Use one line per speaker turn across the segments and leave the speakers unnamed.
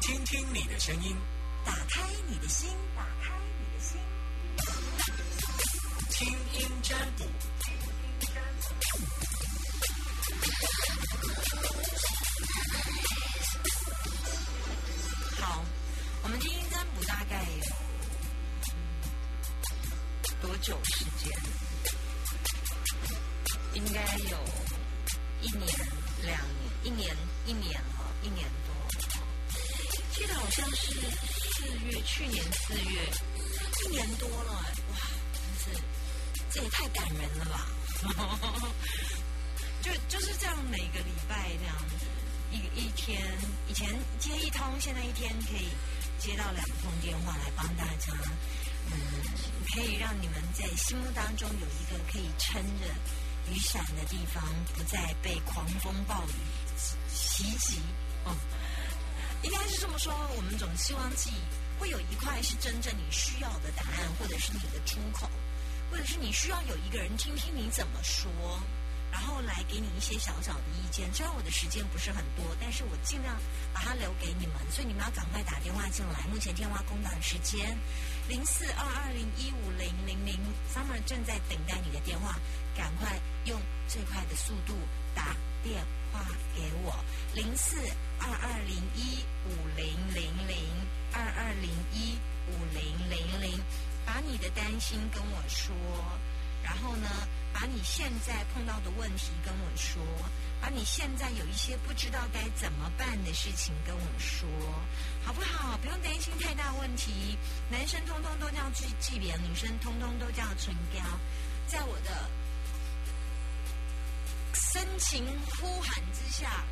听听你的声音，
打开你的心，打开你的心，
听音占卜。
好，我们听音占卜大概嗯多久时间？应该有一年、两年、一年、一年了，一年多。记得好像是四月，去年四月，一年多了，哇，真是，这也太感人了吧！ 就就是这样，每个礼拜这样子，一一天以前接一通，现在一天可以接到两通电话来帮大家，嗯，可以让你们在心目当中有一个可以撑着雨伞的地方，不再被狂风暴雨袭击。哦，应该是这么说，我们总希望自己会有一块是真正你需要的答案，或者是你的出口。或者是你需要有一个人听听你怎么说，然后来给你一些小小的意见。虽然我的时间不是很多，但是我尽量把它留给你们，所以你们要赶快打电话进来。目前电话空档时间零四二二零一五零零零，Summer 正在等待你的电话，赶快用最快的速度打电话给我零四二二零一五零零零二二零一五零零零。把你的担心跟我说，然后呢，把你现在碰到的问题跟我说，把你现在有一些不知道该怎么办的事情跟我说，好不好？不用担心太大问题，男生通通都叫去祭扁，女生通通都叫唇膏，在我的深情呼喊之下，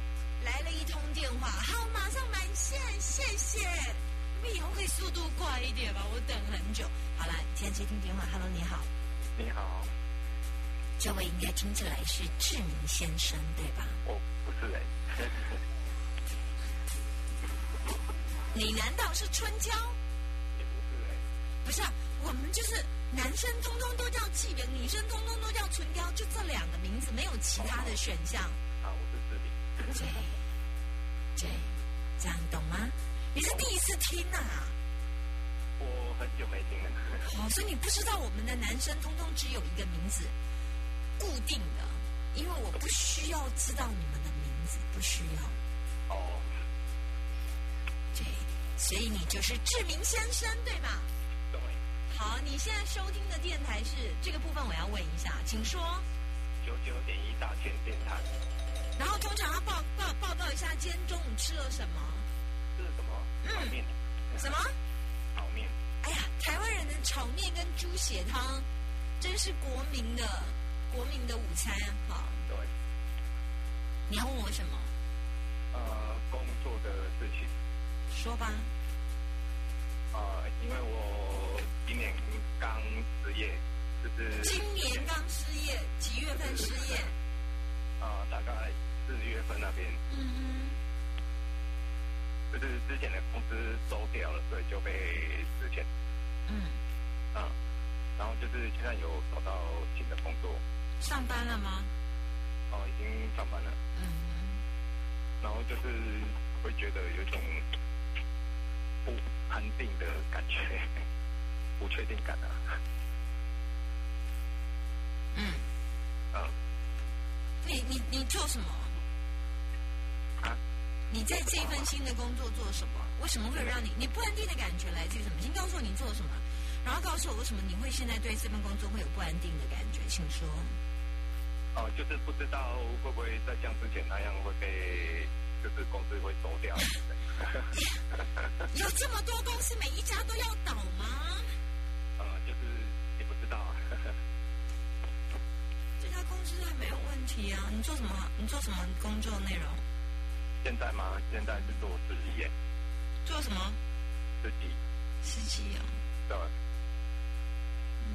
来了一通电话，好，马上满线，谢谢。你们以后可以速度快一点吧，我等很久。好了，今天接听电话，Hello，你好，
你好，
这位应该听起来是志明先生对吧？
我不是人，
你难道是春娇？
也不是人，
不是、啊，我们就是男生通通都叫纪元，女生通通都叫春娇，就这两个名字，没有其他的选项。
啊，我是志明，
对，对，这样懂吗？你是第一次听啊，
我很久没听了，
哦，所以你不知道我们的男生通通只有一个名字固定的，因为我不需要知道你们的名字，不需要。
哦，
对，所以你就是志明先生对吗？
对，
好，你现在收听的电台是这个部分，我要问一下，请说。
九九点一大千电台
然后通常要报报报告一下今天中午吃了什么？
是什么？泡面，
什么？
泡面，
哎呀，台湾人的炒面跟猪血汤，真是国民的国民的午餐哈。
对，
你要问我什么？
呃，工作的事情，
说吧。
呃，因为我哦今年刚失业，就是
今年刚失业，几月份失业？
呃，大概四月份那边，
嗯
就是之前的公司收掉了，所以就被之前，
哼，嗯，
嗯，然后就是现在有找到新的工作，
上班了吗？
哦、已经上班了。
嗯哼，
然后就是会觉得有一种不安定的感觉， 不确定感啊。
嗯，
嗯
你你你做什么？
啊，
你在这份新的工作做什么？为什么会让你你不安定的感觉来自于什么？先告诉我你做什么，然后告诉我为什么你会现在对这份工作会有不安定的感觉，请说。
哦、就是不知道会不会再像之前那样会被，就是公司会收掉。
有这么多公司，每一家都要倒吗？
呃，就是也不知道啊。
这家公司还没有问题啊。你做什么？你做什么工作内容？
现在吗？现在是做实习耶，
做什么？
自己
司机啊？
的
嗯，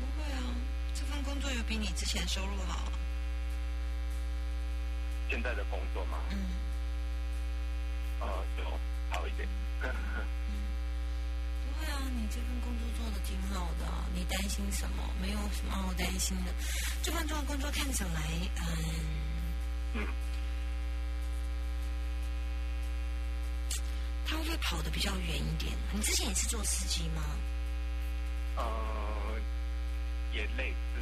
不会啊。这份工作有比你之前收入好啊。
现在的工作嘛，
嗯
呃，就好一点。
嗯，不会啊。你这份工作做的挺好的啊、你担心什么？没有什么好担心的。这份工作看起来，嗯，
嗯，
会跑得比较远一点。你之前也是做司机吗？
呃，也类似，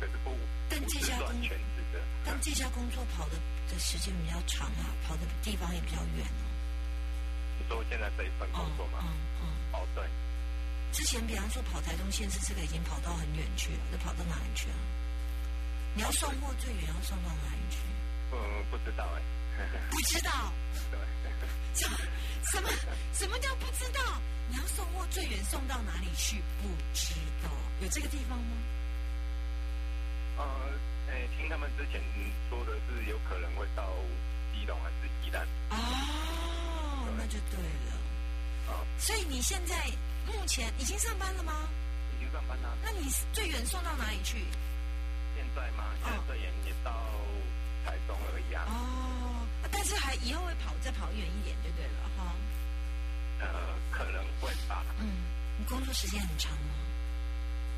可是不
但
不
这
是
家
算
公
全职的。
但这家工作跑的的时间比较长啊，跑的地方也比较远哦。
你说现在这一份工作哦吗？
嗯嗯。
哦，对，
之前比方说跑台东县市，这个已经跑到很远去了，都跑到哪里去了？你要送货最远要送到哪里去？
嗯，不知道哎、
不知道。
对，
什么什么什么叫不知道？你要送货最远送到哪里去？不知道，有这个地方吗？
呃，哎、听他们之前说的是有可能会到基隆还是宜兰，
哦，那就对了。
啊，
所以你现在目前已经上班了吗？
已经上班啦、
那你最远送到哪里去？
现在吗？现在
嗯
最远也到台中而已啊。
哦，但是还以后会跑再跑远一点就对了哈。
呃，可能会吧，
嗯，你工作时间很长吗？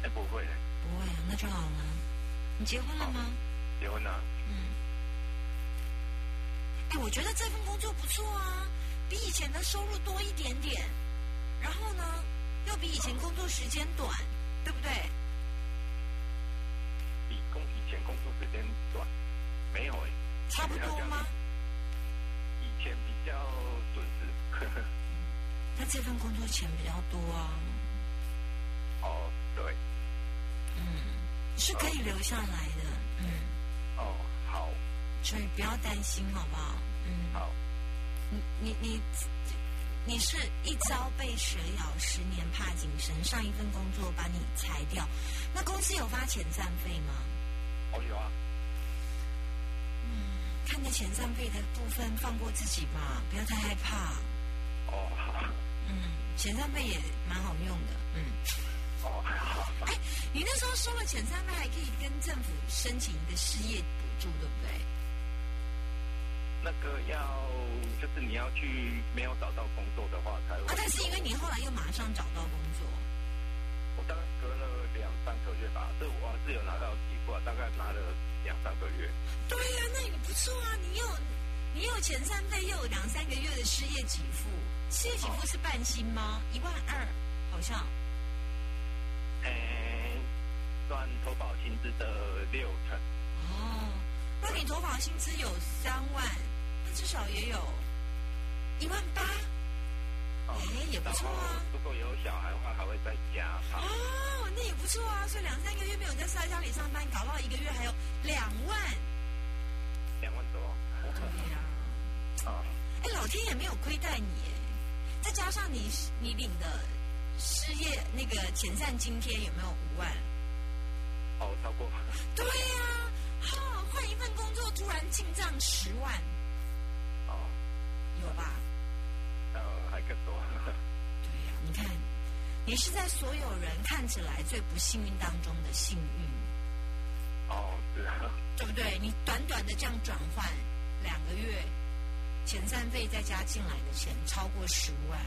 哎、不会的，
不会啊，那就好了。你结婚了吗？
结婚啊了。
嗯，哎，我觉得这份工作不错啊，比以前的收入多一点点，然后呢，又比以前工作时间短，对不对？
比工以前工作时间短，没有哎、
差不多吗？
以前比较准时。
那这份工作钱比较多啊，
哦，对，
嗯，是可以留下来的，嗯，
哦，好，
所以不要担心，好不好？嗯，
好，
你你你你是一朝被蛇咬，十年怕井绳，上一份工作把你裁掉，那公司有发遣散费吗？
哦有啊，
看着遣散费的部分，放过自己吧，不要太害怕。
哦好，
嗯，遣散费也蛮好用的。嗯，
哦好，
哎，你那时候收了遣散费，还可以跟政府申请一个失业补助，对不对？
那个要就是你要去没有找到工作的话才会。
啊，但是因为你后来又马上找到工作，
我大概隔了两三个月吧，这我还是有拿到几过，大概拿了两三个月。
对呀、那你不错啊，你有你有遣散费，又有两三个月的失业给付，失业给付是半薪吗？一万二，好像。
哎、算投保薪资的六成，
哦，那你投保薪资有三万，那至少也有一万八。
哦
哎也不
然
错
后
啊
如果有小孩的话，还会再加。好，
哦，那也不错啊，所以两三个月没有在沙家里上班，搞不好一个月还有两万。
两万多。
对呀、
啊，
哎，老天也没有亏待你耶，再加上你你领的失业那个遣散津贴有没有五万？
哦，超过。
对呀、哈、换一份工作突然进账十万，
哦，
有吧？
呃，还更多。
对呀、你看，你是在所有人看起来最不幸运当中的幸运，
哦，是啊。
对不对？你短短的这样转换两个月，遣散费再加进来的钱超过十万，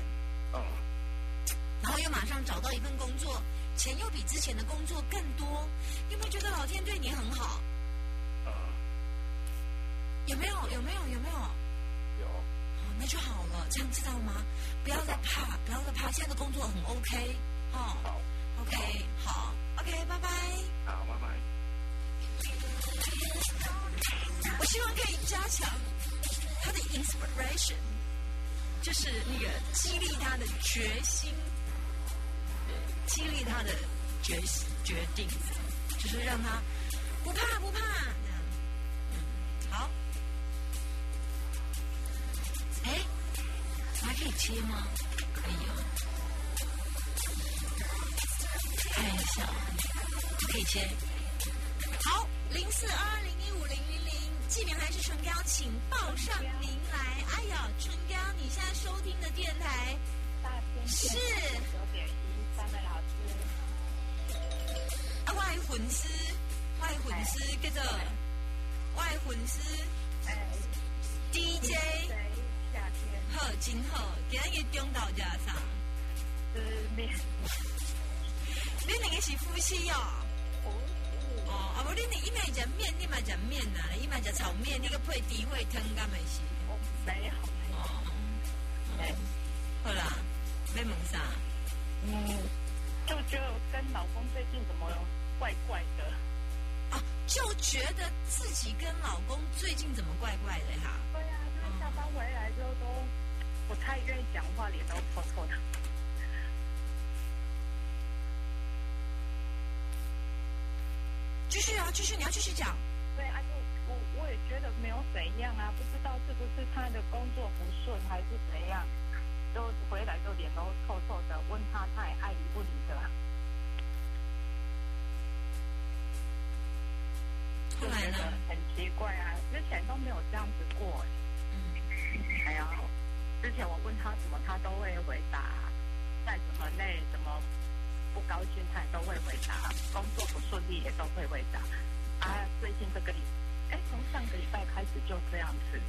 嗯，
然后又马上找到一份工作，钱又比之前的工作更多，你有没有觉得老天对你很好？
呃，
有没有？有没有？有没有？
有。
哦，那就好了，这样知道吗？不要再怕，不要再怕，现在的工作很 OK 哦
好，
，OK 好，OK，拜拜。
好，拜拜。
我希望可以加强他的 inspiration，就是那个激励他的决心，呃激励他的决心决定，就是让他不怕不怕这样。嗯，好。哎，我还可以接吗？可以哦。看一下，可以接。好，零四二零一五零零零，既然还是唇膏，请报上名来。哎呀，唇膏，你现在收听的电台
大天
是
线九点一三的老师，
啊，外魂师，外魂师，叫做外魂师
哎，
DJ
对，夏天
好，真好，今日中昼食啥？
吃面，
恁两个是夫妻哦。
不
哦，啊无恁两伊嘛食面，你嘛食面呐，伊嘛食炒面，你个配猪血汤敢会是？
我没有，
哦，
没有，嗯老公最近怎么怪怪的？
啊，就觉得自己跟老公最近怎么怪怪的哈、
对呀、啊，就是下班回来之后都不太愿意讲话，脸都臭臭的。
继续啊，继续，你要继续讲。
对啊，就我我也觉得没有怎样啊，不知道是不是他的工作不顺还是怎样，就回来就脸都臭臭的。问他，他也爱理不理的。啊
后
就
来呢？
觉得很奇怪啊，之前都没有这样子过、欸
嗯，
哎呀，之前我问他什么，他都会回答，在什么累、什么不高兴，他也都会回答，工作不顺利也都会回答。啊，最近这个礼，哎，从上个礼拜开始就这样子。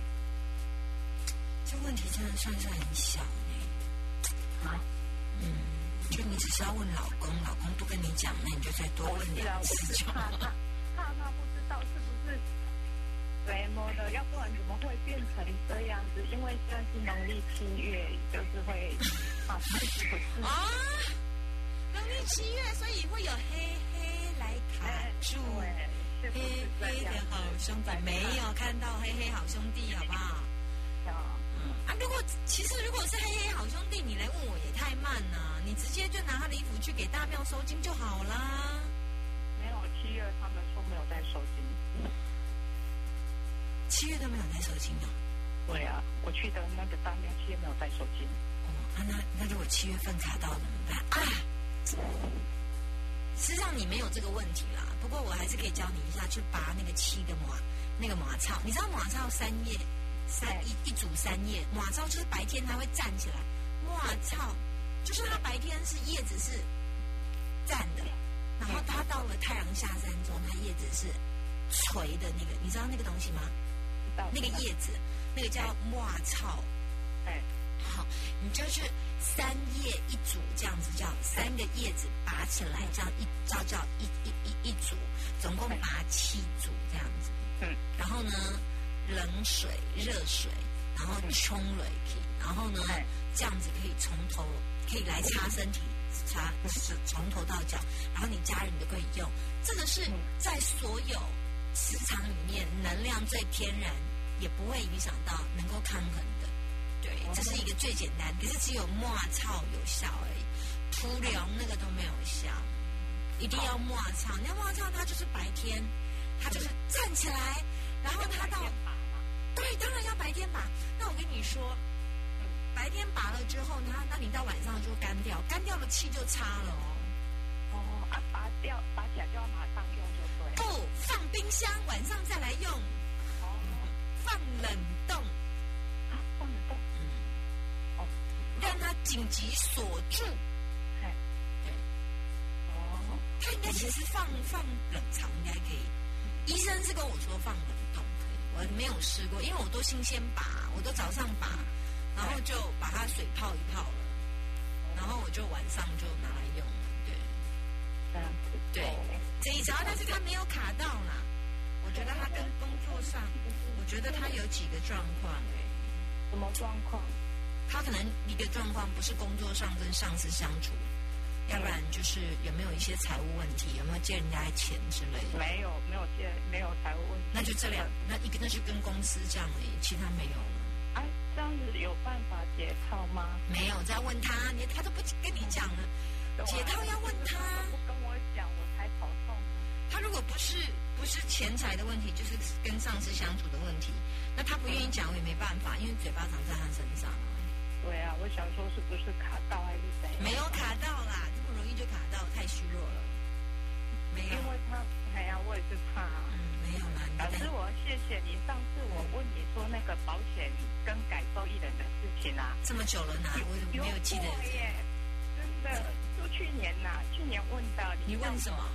这问题真的算是很小呢、
啊，
嗯，就你只是要问老公，老公不跟你讲，那你就再多
我
问
是啊，
两
我
次
是
就
怕
好
他
了。，
怕他不知道是不是什么的，要不然怎么会变成这样子？因为现在是农历七月，就是会怕自己不是。
啊，农历七月，所以会有黑黑来卡
哎，
住。
对，是不
黑
是这
黑的
样
好兄弟没有看到黑黑好兄弟，好不好？
想
啊，如果其实如果是黑黑好兄弟，你来问我也太慢了、你直接就拿他的衣服去给大庙收金就好啦。
没有七月，他们说没有在收金。
七月都没有来收金啊。
对啊，我去的那个大庙七月没有带手机。
哦，啊、那那如果七月份卡到怎么办啊？实际上你没有这个问题啦，不过我还是可以教你一下，去拔那个七个麻那个麻草。你知道麻草三叶，三
对
一一组三叶，麻草就是白天它会站起来，麻草就是它白天是叶子是站的，然后它到了太阳下山之后，它叶子是垂的那个，你知道那个东西吗？
知道
那个叶子，那个叫麻草。
哎，
好，你就是三叶一组这样子，叫三个叶子拔起来，这样一叫叫一一一一组，总共拔七组这样子。
嗯，
然后呢，冷水、热水，然后冲水瓶，然后呢
哎，
这样子可以从头可以来擦身体，擦是从头到脚，然后你家人都可以用。这个是在所有磁场里面能量最天然，也不会影响到能够抗衡的。对，这是一个最简单，可是只有抹草有效而已，蒲凉那个都没有效，一定要抹草。那抹草它就是白天，它就是站起来，然后它到对，当然要白天拔。那我跟你说，白天拔了之后呢，那你到晚上就干掉，干掉了气就差了哦。
哦，啊，拔掉，拔起来就要马上用就对了。
不放冰箱，晚上再来用，
哦，
放冷冻，嗯
啊，放得动。哦，
让它紧急锁住。
哎，哦，
它应该其实放放冷藏应该可以，医生是跟我说放冷冻可以，我没有试过，因为我都新鲜拔，我都早上拔，然后就把它水泡一泡了，然后我就晚上就拿来用了。对，
这样子。
对，这一招，但是他没有卡到啦。我觉得他跟工作上，我觉得他有几个状况哎、
什么状况？
他可能一个状况不是工作上跟上司相处，要不然就是有没有一些财务问题，有没有借人家的钱之类的。
没有，没有借，没有财务问题。
那就这两，那一个那是跟公司这样而已，其他没有了。
哎，这样子有办法解套吗？
没有再问他，你他都不跟你讲了。解套要问他
不跟我讲，我才头痛。
他如果不是不是钱财的问题，就是跟上司相处的问题，那他不愿意讲我也没办法，因为嘴巴长在他身上啊。
对啊，我想说是不是卡到还是怎样？
没有卡到啦，这么容易就卡到，太虚弱了。没有
因，为他，哎呀，我也是怕、啊。
嗯，没有啦，你
老师，
的
我谢谢你。上次我问你说那个保险更改受益人的事情啊，
这么久了呢，我怎嗯么没有记得
有？过耶，真的，就去年呐、去年问的。
你问什
么？
么？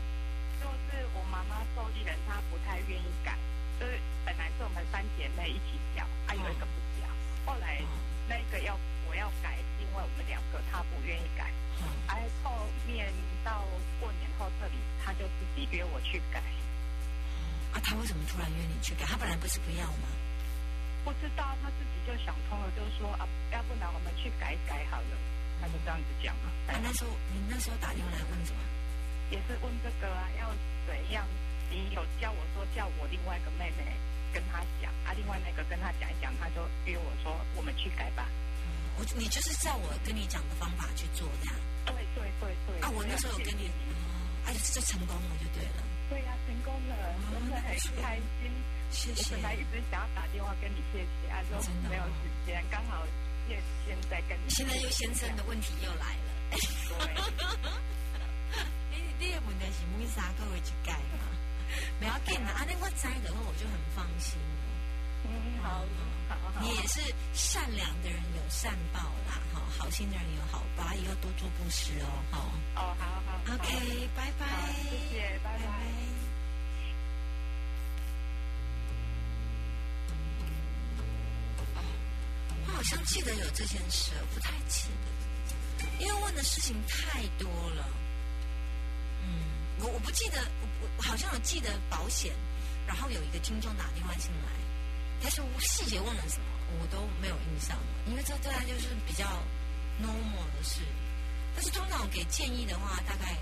就是我妈妈受益人，她不太愿意改，就是本来是我们三姐妹一起缴，啊有一个不
哦
缴，后来那个要我要改，因为我们两个她不愿意改，
哦
哎后面到过年后这里，她就自己约我去改。
啊，他为什么突然约你去改？他本来不是不要吗？
不知道，他自己就想通了，就说啊，要不然我们去改一改好了。他就这样子讲了。
啊，那时候你那时候打电话来问什么？
也是问这个啊，要怎样？你有叫我说叫我另外一个妹妹跟她讲啊，另外那个跟她讲一讲，她就约我说我们去改吧。
我你就是照我跟你讲的方法去做这样。
对对对对。
啊，我那时候有跟你，
谢谢
哦，而且这就成功了就对了，
对呀、成功了，真的很开心。
谢
我
谢
本。来一直想要打电话跟你谢谢，啊，都
真的哦
没有时间，刚好现现在跟你。
现在又先生的问题又来了，
对。
你你的问题是每三个月一改嘛？不要紧啦，啊，那我知的话我就很放心了。
嗯，好，好好。
你也是善良的人有善报啦，哈，好心的人有好报，啊以后多做布施哦，哈。
哦，好好。好
OK，拜拜，
好，谢谢，拜
拜
拜。
拜。我好像记得有这件事，不太记得，因为问的事情太多了。嗯，我我不记得，我我我好像有记得保险，然后有一个听众打电话进来，但是我细节问了什么我都没有印象了，因为这对他就是比较 normal 的事。但是通常我给建议的话，大概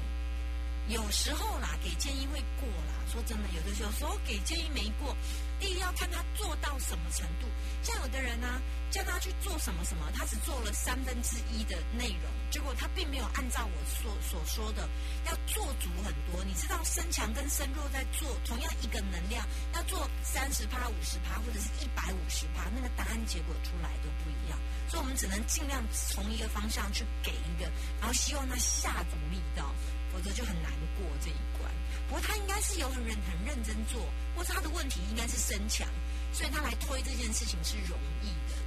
有时候啦，给建议会过啦。说真的，有的时候说给建议没过，第一要看他做到什么程度。像有的人呢、叫他去做什么什么，他只做了三分之一的内容，结果他并没有按照我所所说的要做足很多。你知道身强跟身弱在做同样一个能量，要做三十趴、五十趴或者是一百五十趴，那个答案结果出来都不一样。所以我们只能尽量从一个方向去给一个，然后希望他下足力道，否则就很难过这一关。不过他应该是有很认很认真做，或是他的问题应该是身强，所以他来推这件事情是容易的。